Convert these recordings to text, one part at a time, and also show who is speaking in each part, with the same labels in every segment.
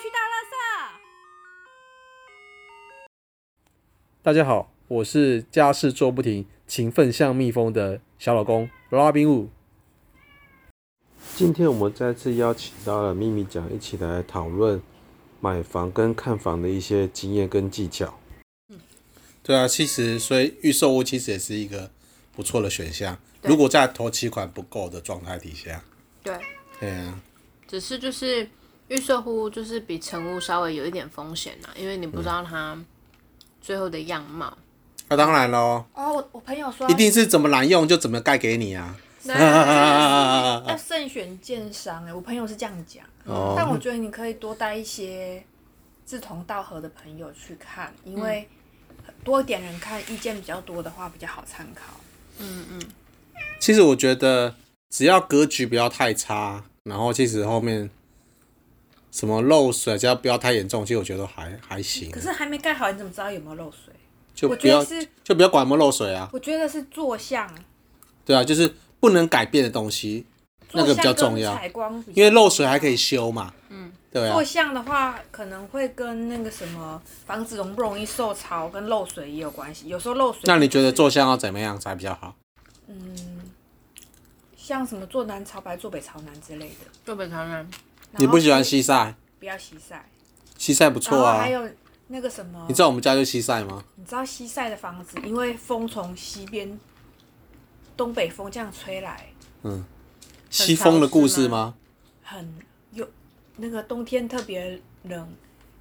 Speaker 1: 去大垃圾。
Speaker 2: 大家好，我是家事做不停、勤奋像蜜蜂的小老公 Robin Wu。今天我们再次邀请到了秘密讲，一起来讨论买房跟看房的一些经验跟技巧。
Speaker 3: 对啊，其实所以预售屋其实也是一个不错的选项。
Speaker 1: 对
Speaker 3: 如果在头期款不够的状态底下，
Speaker 1: 对，
Speaker 3: 对啊，
Speaker 1: 只是就是预售户就是比成屋稍微有一点风险呐、因为你不知道它最后的样貌。
Speaker 3: 那、当然喽，
Speaker 4: 哦，我我朋友说
Speaker 3: 一定是怎么难用就怎么盖给你啊。
Speaker 4: 要慎选建商哎、我朋友是这样讲，
Speaker 3: 哦
Speaker 4: 但我觉得你可以多带一些志同道合的朋友去看，因为多一点人看，意见比较多的话比较好参考。
Speaker 3: 其实我觉得只要格局不要太差，然后其实后面什么漏水只要不要太严重，其实我觉得还还行
Speaker 4: 可，是还没盖好，你怎么知道有没有漏水？
Speaker 3: 就
Speaker 4: 我
Speaker 3: 不
Speaker 4: 觉
Speaker 3: 要
Speaker 4: 得是，
Speaker 3: 就不要管有没有漏水啊。
Speaker 4: 我觉得是坐向，
Speaker 3: 对啊，就是不能改变的东西，那个比较
Speaker 4: 坐向
Speaker 3: 重
Speaker 4: 跟
Speaker 3: 要
Speaker 4: 采光比较
Speaker 3: 因为漏水还可以修嘛。嗯，对啊
Speaker 4: 坐，向的话，可能会跟那个什么房子容不容易受潮跟漏水也有关系。有时候漏水，
Speaker 3: 那你觉得坐向要怎么样才比较好？
Speaker 4: 像什么坐南朝北、坐北朝南之类的，
Speaker 1: 坐北朝南，
Speaker 3: 你不喜欢
Speaker 4: 西
Speaker 3: 西晒？
Speaker 4: 不要西晒。
Speaker 3: 西晒不错
Speaker 4: 然后
Speaker 3: 啊
Speaker 4: 还。有那个什么，
Speaker 3: 你知道我们家就西晒吗？
Speaker 4: 你知道西晒的房子，因为风从西边东北风这样吹来，
Speaker 3: 西风的故事吗？
Speaker 4: 很有那个冬天特别冷，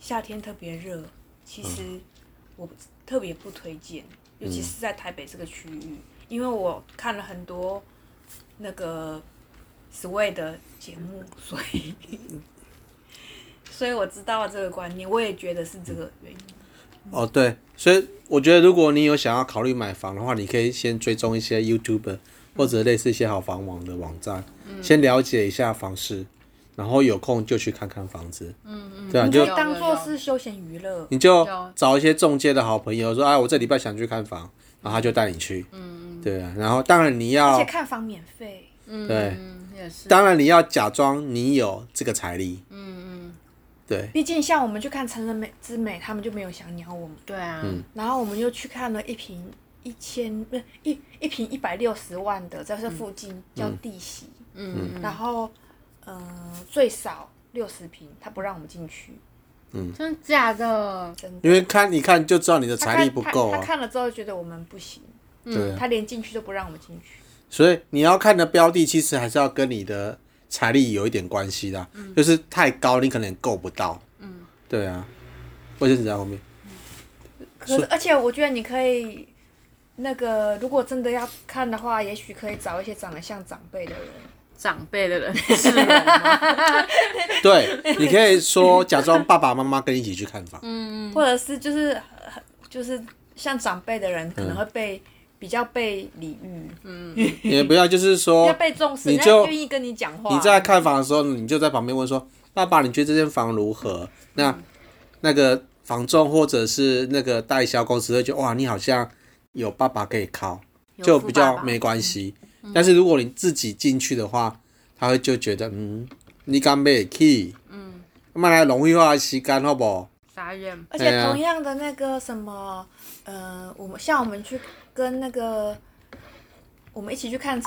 Speaker 4: 夏天特别热。其
Speaker 1: 嗯
Speaker 4: 实我特别不推荐，尤其是在台北这个区
Speaker 1: 嗯
Speaker 4: 域，因为我看了很多那个 Sway 的节目， 所以所以我知道这个观念，我也觉得是这个原因。
Speaker 1: 嗯
Speaker 3: 哦，对，所以我觉得如果你有想要考虑买房的话，你可以先追踪一些 YouTuber 或者类似一些好房网的网站，先了解一下房市，然后有空就去看看房子。嗯嗯，对啊，
Speaker 4: 你
Speaker 3: 你
Speaker 4: 就
Speaker 3: 就
Speaker 4: 当做是休闲娱乐。
Speaker 3: 你就
Speaker 1: 有
Speaker 3: 找一些中介的好朋友说，哎，我这礼拜想去看房，然后他就带你去。嗯，对啊，然后当然你
Speaker 4: 而
Speaker 3: 要
Speaker 4: 且看房免费，
Speaker 3: 对，
Speaker 1: 嗯，也是。
Speaker 3: 当然你要假装你有这个财力。嗯嗯，对。
Speaker 4: 毕竟像我们去看《成人美之美》，他们就没有想鸟我们，
Speaker 1: 对啊，
Speaker 3: 嗯
Speaker 4: 然后我们又去看了一瓶一千不是一一瓶一百六十万的，在这附近叫
Speaker 3: 嗯
Speaker 4: 地席，嗯，然后呃最少六十平，他不让我们进去，
Speaker 1: 真的假的？
Speaker 4: 真的。
Speaker 3: 因为看一看就知道你的
Speaker 4: 他
Speaker 3: 财
Speaker 4: 看
Speaker 3: 力不够
Speaker 4: 他，他
Speaker 3: 啊，
Speaker 4: 看了之后觉得我们不行，
Speaker 3: 对啊，
Speaker 4: 他连进去都不让我们进去。
Speaker 3: 所以你要看的标的其实还是要跟你的财力有一点关系的啊，
Speaker 4: 嗯
Speaker 3: 就是太高你可能够不到，嗯，对啊，卫生纸在后面，
Speaker 4: 可是，而且我觉得你可以，那个如果真的要看的话，也许可以找一些长得像长辈的人。
Speaker 1: 长辈的人
Speaker 4: 是人吗
Speaker 3: 对，你可以说假装爸爸妈妈跟你一起去看房，
Speaker 4: 嗯或者是就是呃就是像长辈的人可
Speaker 3: 嗯
Speaker 4: 能会被、比较被礼遇，
Speaker 3: 也不要就是
Speaker 4: 比较
Speaker 3: 说
Speaker 4: 被重视，
Speaker 3: 哦你
Speaker 4: 人
Speaker 3: 就
Speaker 4: 家愿意跟你讲话。
Speaker 3: 你在看房的时候，你就在旁边问说，爸爸，你觉得这间房如何？那那个房仲或者是那个代销公司会觉得哇，你好像有爸爸可以靠， 就比较没关系。但是如果你自己进去的话，他会就觉得嗯，你敢买去？嗯，慢来容易化时间好不好？
Speaker 1: 傻眼。
Speaker 4: 而
Speaker 3: 对
Speaker 4: 且
Speaker 3: 啊
Speaker 4: 同样的那个什么，呃，我们像我们去跟那个我们一起去看。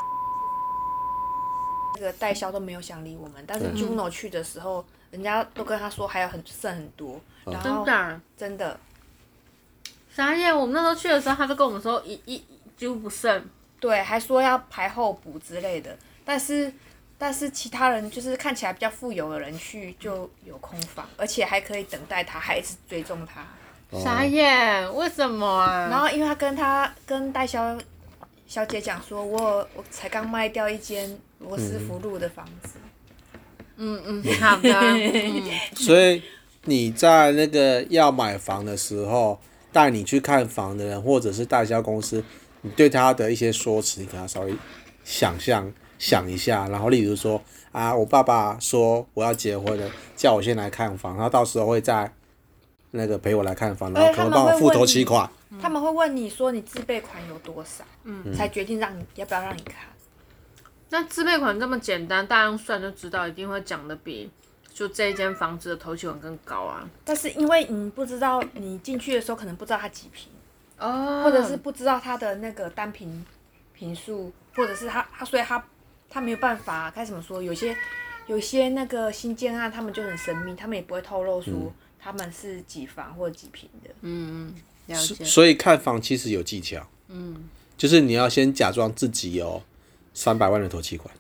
Speaker 4: 那个代销都没有想理我们，但是 Juno 去的时候，人家都跟他说还有很剩很多，
Speaker 3: 嗯
Speaker 4: 然
Speaker 1: 真
Speaker 4: 后
Speaker 1: 的啊
Speaker 4: 真的
Speaker 1: 傻眼。我们那时候去的时候，他都跟我们说一一几乎不剩。
Speaker 4: 对，还说要排候补之类的，但是但是其他人就是看起来比较富有的人去就有空房，而且还可以等待他，还一直追踪他。
Speaker 3: 哦
Speaker 1: 傻眼，为什么啊？
Speaker 4: 然后因为他跟他跟代销小姐讲说，我有我才刚卖掉一间罗斯福路的房子，
Speaker 1: 嗯嗯，好的， 嗯
Speaker 3: 所以你在那个要买房的时候，带你去看房的人或者是代销公司，你对他的一些说辞，你可能要稍微想象想一下。然后，例如说啊，我爸爸说我要结婚了，叫我先来看房，然后到时候会再那个陪我来看房，然后可能帮我付头期款。
Speaker 4: 哎他们会问你说你自备款有多少，才决定让你要不要让你看。
Speaker 1: 那自备款这么简单，大家用算就知道，一定会讲的比就这一间房子的头期款更高啊。
Speaker 4: 但是因为你不知道，你进去的时候可能不知道它几平，
Speaker 1: 哦
Speaker 4: 或者是不知道它的那个单平平数，或者是它它所以它它没有办法该怎么说？有些有些那个新建案他们就很神秘，他们也不会透露说他们是几房或者几平的。
Speaker 1: 了解，
Speaker 3: 所以看房其实有技巧，嗯，就是你要先假装自己有三百万的头期款，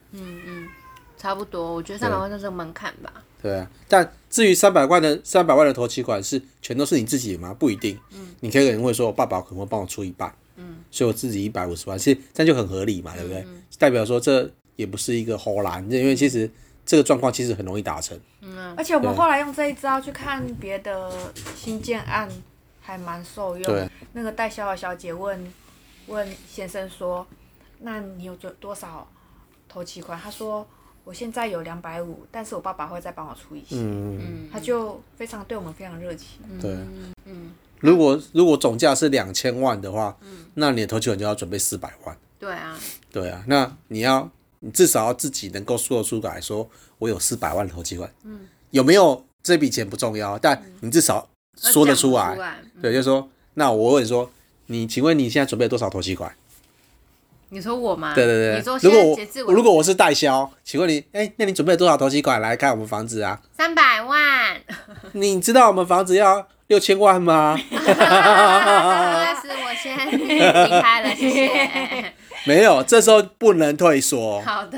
Speaker 1: 差不多。我觉得三百万算是个门槛吧。
Speaker 3: 对啊。但至于三百万的三百万的头期款是全都是你自己的吗？不一定，嗯，你可以可能会说，我爸爸可能会帮我出一半，嗯，所以我自己一百五十万，是这样就很合理嘛，对不对？代表说这也不是一个偷懒，因为其实这个状况其实很容易达成，
Speaker 4: 而且我们后来用这一招去看别的新建案，还蛮受
Speaker 3: 对
Speaker 4: 用。那个带小的小姐问问先生说：“那你有多多少头期款？”他说：“我现在有两百五，但是我爸爸会再帮我出一些。
Speaker 3: 嗯，
Speaker 4: 他就非常对我们非常热情。
Speaker 3: 对，嗯。嗯如果如果总价是两千万的话，那你的头期款就要准备四百万。
Speaker 1: 对啊，
Speaker 3: 对啊，那你要你至少要自己能够说出来说，我有四百万的投期款，嗯，有没有这笔钱不重要，但你至少说得出来，
Speaker 1: 嗯要讲得出来
Speaker 3: 对，就说那我问说，你请问你现在准备了多少投期款？
Speaker 1: 你说我吗？
Speaker 3: 对对对，
Speaker 1: 啊你说
Speaker 3: 如
Speaker 1: 现
Speaker 3: 果
Speaker 1: 在截至
Speaker 3: 我如果我是代销，请问你，哎、那你准备了多少投期款来看我们房子啊？
Speaker 1: 三百 万，
Speaker 3: 你知道我们房子要六千万 吗？
Speaker 1: 那是我先离开了，谢谢。
Speaker 3: 没有，这时候不能退缩，
Speaker 1: 好的，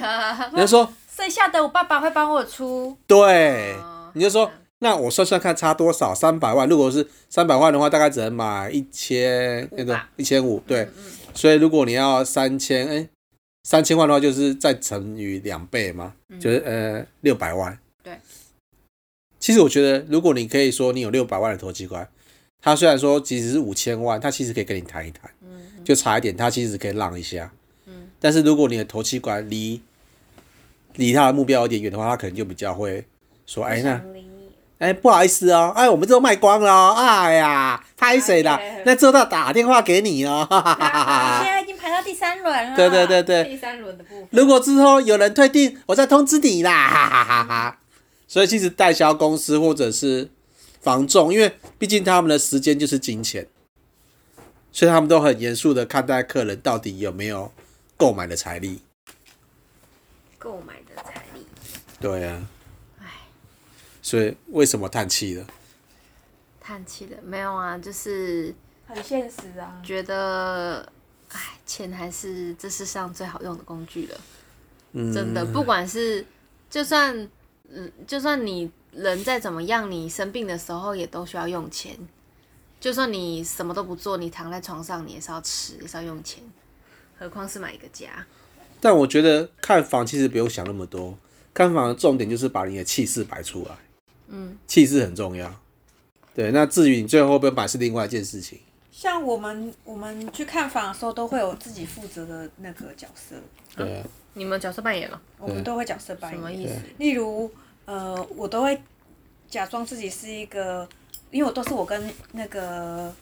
Speaker 3: 你就说
Speaker 4: 剩下的我爸爸会帮我出。
Speaker 3: 对
Speaker 1: 哦，
Speaker 3: 你就说，那我算算看差多少，三百万。如果是三百万的话，大概只能买一千那个一千五，对。
Speaker 1: 嗯
Speaker 3: 所以如果你要三千，哎，三千万的话，就是再乘以两倍嘛，就是呃六百万。
Speaker 1: 嗯对。
Speaker 3: 其实我觉得，如果你可以说你有六百万的投机款，他虽然说即使是五千万，他其实可以跟你谈一谈，就差一点，他其实可以让一下。但是如果你的投机款离离他的目标有点远的话，他可能就比较会说，哎，那哎不好意思哦，哎我们都卖光了哦，哎呀，拍谁啦
Speaker 4: 哎呀？
Speaker 3: 那之后他打电话给你哦，哈哈哈哈哈
Speaker 4: 现。在已经排到第三轮了。
Speaker 3: 对对对对
Speaker 4: 第三轮的部分。
Speaker 3: 如果之后有人退订，我再通知你啦， 哈哈哈哈。所以其实代销公司或者是房仲，因为毕竟他们的时间就是金钱，所以他们都很严肃的看待客人到底有没有购买的财力。
Speaker 4: 购买的财力。
Speaker 3: 对啊，所以为什么叹气了？
Speaker 1: 叹气的没有啊，就是
Speaker 4: 很现实啊，
Speaker 1: 觉得，哎，钱还是这世上最好用的工具了。
Speaker 3: 嗯
Speaker 1: 真的，不管是嗯就算嗯，就算你人再怎么样，你生病的时候也都需要用钱。就算你什么都不做，你躺在床上，你也是要吃，也是要用钱，何况是买一个家。
Speaker 3: 但我觉得看房其实不用想那么多，看房的重点就是把你的气势摆出来，嗯，气势很重要。对，那至于你最后会不会买是另外一件事情。
Speaker 4: 像我们我们去看房的时候，都会有自己负责的那个角色，
Speaker 3: 对啊，
Speaker 1: 你们角色扮演了
Speaker 4: 我们都会角色扮
Speaker 1: 什么
Speaker 4: 演。
Speaker 1: 意思？
Speaker 4: 例如，呃，我都会假装自己是一个，因为我都是我跟那个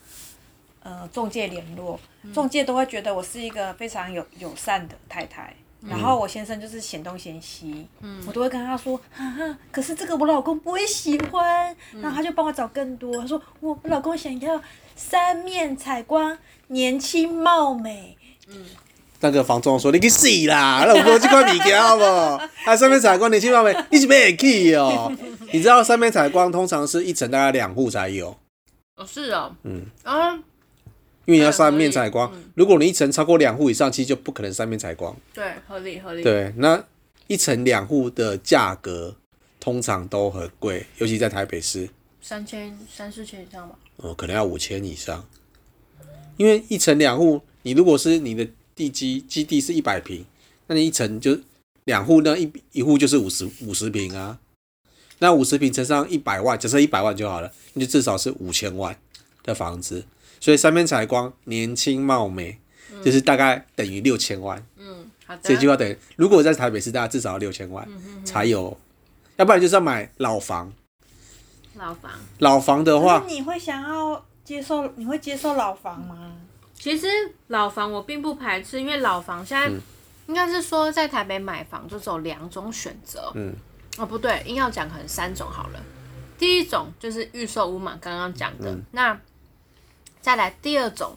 Speaker 4: 呃中介联络，中介都会觉得我是一个非常友友善的太太。然后我先生就是嫌东嫌西，我都会跟他说，哈哈，可是这个我老公不会喜欢，然后他就帮我找更多。他说我老公想要三面采光、年轻貌美，
Speaker 3: 那个房东说：“你去死啦！ 那我多这款物件好不好？啊，上面采光你去外面，你是没去哦。你知道上面采光通常是一层大概两户才有，
Speaker 1: 哦，是哦，
Speaker 3: 嗯
Speaker 1: 啊，
Speaker 3: 因为你要三面采光。如果你一层超过两户以上，其实就不可能三面采光。
Speaker 1: 对，合理合理。
Speaker 3: 对，那一层两户的价格通常都很贵，尤其在台北市，
Speaker 1: 三千三四千以上吧。
Speaker 3: 哦，可能要五千以上。因为一层两户，你如果是你的地基基地是一百平，那你一层就两户，那一一户就是五十五十平啊。那五十平乘上一百万，假设一百万就好了，那就至少是五千万的房子。所以三面采光，年轻貌美，就是大概等于六千万。
Speaker 1: 嗯，好的。
Speaker 3: 这句话等于，如果在台北市，大家至少要六千万才有，要不然就是要买老房。
Speaker 1: 老房，
Speaker 3: 老房的
Speaker 4: 可是
Speaker 3: 话，
Speaker 4: 你会想要接受？你会接受老房吗？
Speaker 1: 其实老房我并不排斥，因为老房现在应该是说在台北买房就只有两种选择，嗯，哦，不对，硬要讲可能三种好了。第一种就是预售屋嘛，刚刚讲的。那再来第二种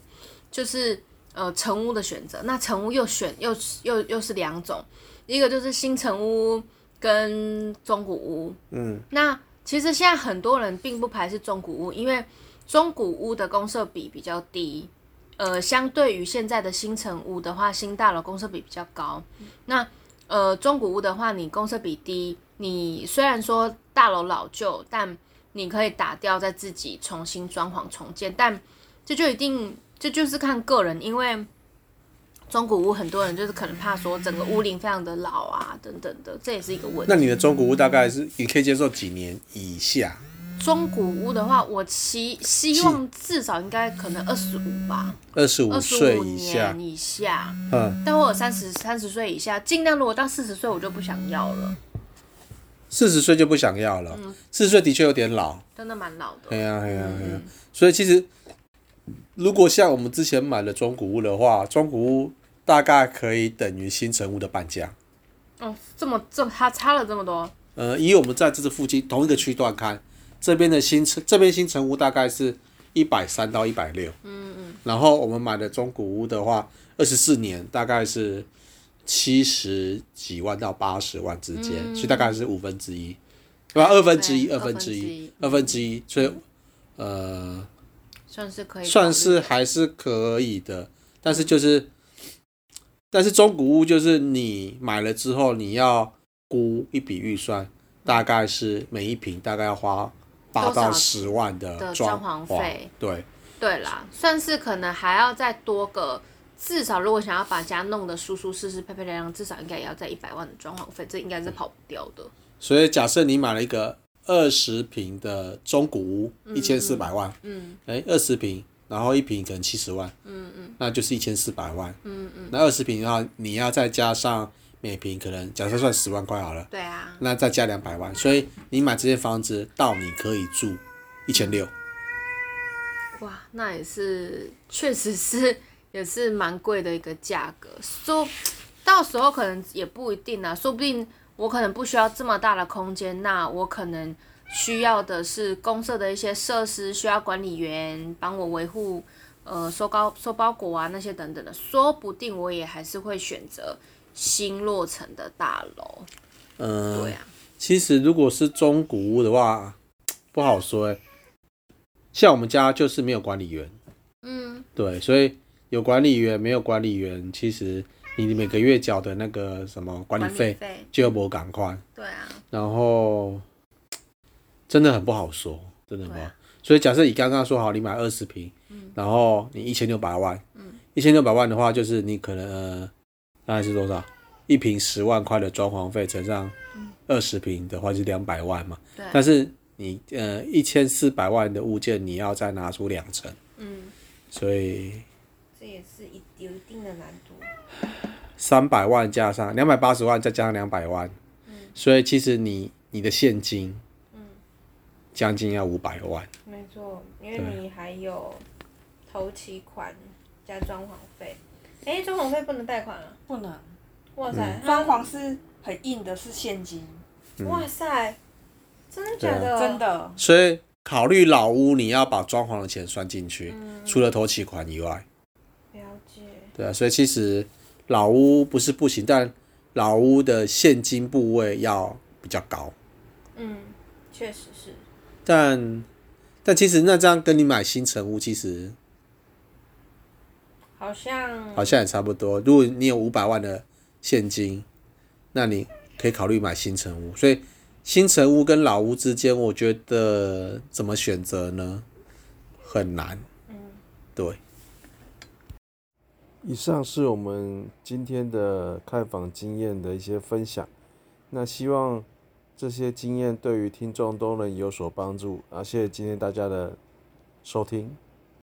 Speaker 1: 就是呃成屋的选择。那成屋又选又又又是两种，一个就是新成屋跟中古屋。嗯，那其实现在很多人并不排斥中古屋，因为中古屋的公设比比较低。呃，相对于现在的新城屋的话，新大楼公设比比较高。那呃，中古屋的话，你公设比低，你虽然说大楼老旧，但你可以打掉再自己重新装潢重建，但这就一定这就是看个人，因为中古屋很多人就是可能怕说整个屋龄非常的老啊等等的，这也是一个问题。
Speaker 3: 那你的中古屋大概是你可以接受几年以下？
Speaker 1: 中古屋的话，我希希望至少应该可能二十五吧，
Speaker 3: 二十五
Speaker 1: 二
Speaker 3: 岁
Speaker 1: 十五
Speaker 3: 以下
Speaker 1: 年，以下，
Speaker 3: 嗯，
Speaker 1: 但或者三十三十岁以下，尽量如果到四十岁我就不想要了，
Speaker 3: 四十岁就不想要了。
Speaker 1: 嗯
Speaker 3: 四十岁的确有点老，
Speaker 1: 真的蛮老的。
Speaker 3: 对呀、哎对呀、对呀、
Speaker 1: 嗯
Speaker 3: 所以其实，如果像我们之前买的中古屋的话，中古屋大概可以等于新城屋的半价。
Speaker 1: 哦，这么这它差了这么多，
Speaker 3: 呃，以我们在这次附近同一个区段看，这边的新城这边新城屋大概是一百三到一百六，嗯嗯，然后我们买的中古屋的话，二十四年大概是七十几万到八十万之间，所以大概是五分之一，嗯对吧？二分之一，
Speaker 1: 对
Speaker 3: 二分之一，
Speaker 1: 二
Speaker 3: 二分之一，所以呃，
Speaker 1: 算是可以考虑，
Speaker 3: 算是还是可以的，但是就是，但是中古屋就是你买了之后，你要估一笔预算，大概是每一平大概要花八
Speaker 1: 多少
Speaker 3: 到十万的
Speaker 1: 的
Speaker 3: 装
Speaker 1: 装潢
Speaker 3: 潢
Speaker 1: 费，
Speaker 3: 对，
Speaker 1: 对啦，算是可能还要再多个，至少如果想要把家弄得舒舒适适、漂漂亮亮，至少应该也要在一百万的装潢费，这应该是跑不掉的。
Speaker 3: 所以假设你买了一个二十平的中古屋，一千四百万，嗯，哎，二十平，然后一平可能七十万，嗯嗯，那就是一千四百万，嗯嗯，那二十平的话，你要再加上每平可能假设算十万块好了。
Speaker 1: 对啊，
Speaker 3: 那再加两百万，所以你买这间房子到你可以住一千六，
Speaker 1: 哇，那也是，确实是也是蛮贵的一个价格。说到时候可能也不一定啊，说不定我可能不需要这么大的空间，那我可能需要的是公社的一些设施，需要管理员帮我维护，呃，收高收包裹啊那些等等的，说不定我也还是会选择新落成的大楼。
Speaker 3: 嗯、
Speaker 1: 对啊，
Speaker 3: 其实如果是中古屋的话，不好说哎、像我们家就是没有管理员，
Speaker 1: 嗯，
Speaker 3: 对，所以有管理员没有管理员，其实你每个月缴的那个什么管理费
Speaker 1: 费，
Speaker 3: 就不赶快，
Speaker 1: 对啊，
Speaker 3: 然后真的很不好说，真的很不好。
Speaker 1: 对啊嗯
Speaker 3: 所以假设你刚刚说好，你买二十平，然后你一千六百万，一千六百万的话，就是你可能呃，大概是多少？一平十万块的装潢费乘上二十平的话，就是两百万嘛。
Speaker 1: 嗯对
Speaker 3: 但是你呃一千四百万的物件，你要再拿出两成，
Speaker 1: 嗯，
Speaker 3: 所以
Speaker 4: 这也是一有一定的难度。
Speaker 3: 三百万加上两百八十万，再加上两百万，所以其实你你的现金，将近要五百万。
Speaker 4: 没错，因为
Speaker 3: 对
Speaker 4: 你还有头期款加装潢费。哎、装潢费不能贷款啊！
Speaker 5: 不能，
Speaker 4: 哇塞，
Speaker 2: 嗯
Speaker 5: 装潢是很硬的，是现金，
Speaker 4: 哇塞，真的假的？
Speaker 5: 真。的。
Speaker 3: 所以考虑老屋，你要把装潢的钱算进去，除了头期款以外，
Speaker 4: 了解，
Speaker 3: 对啊，所以其实老屋不是不行，但老屋的现金部位要比较高。
Speaker 4: 嗯，确实是。
Speaker 3: 但但其实那这样跟你买新城屋，其实
Speaker 4: 好像
Speaker 3: 好像也差不多。如果你有五百万的现金，那你可以考虑买新城屋。所以新城屋跟老屋之间，我觉得怎么选择呢？很难。
Speaker 5: 嗯
Speaker 3: 对。
Speaker 2: 以上是我们今天的看房经验的一些分享，那希望这些经验对于听众都能有所帮助。啊，谢谢今天大家的收听，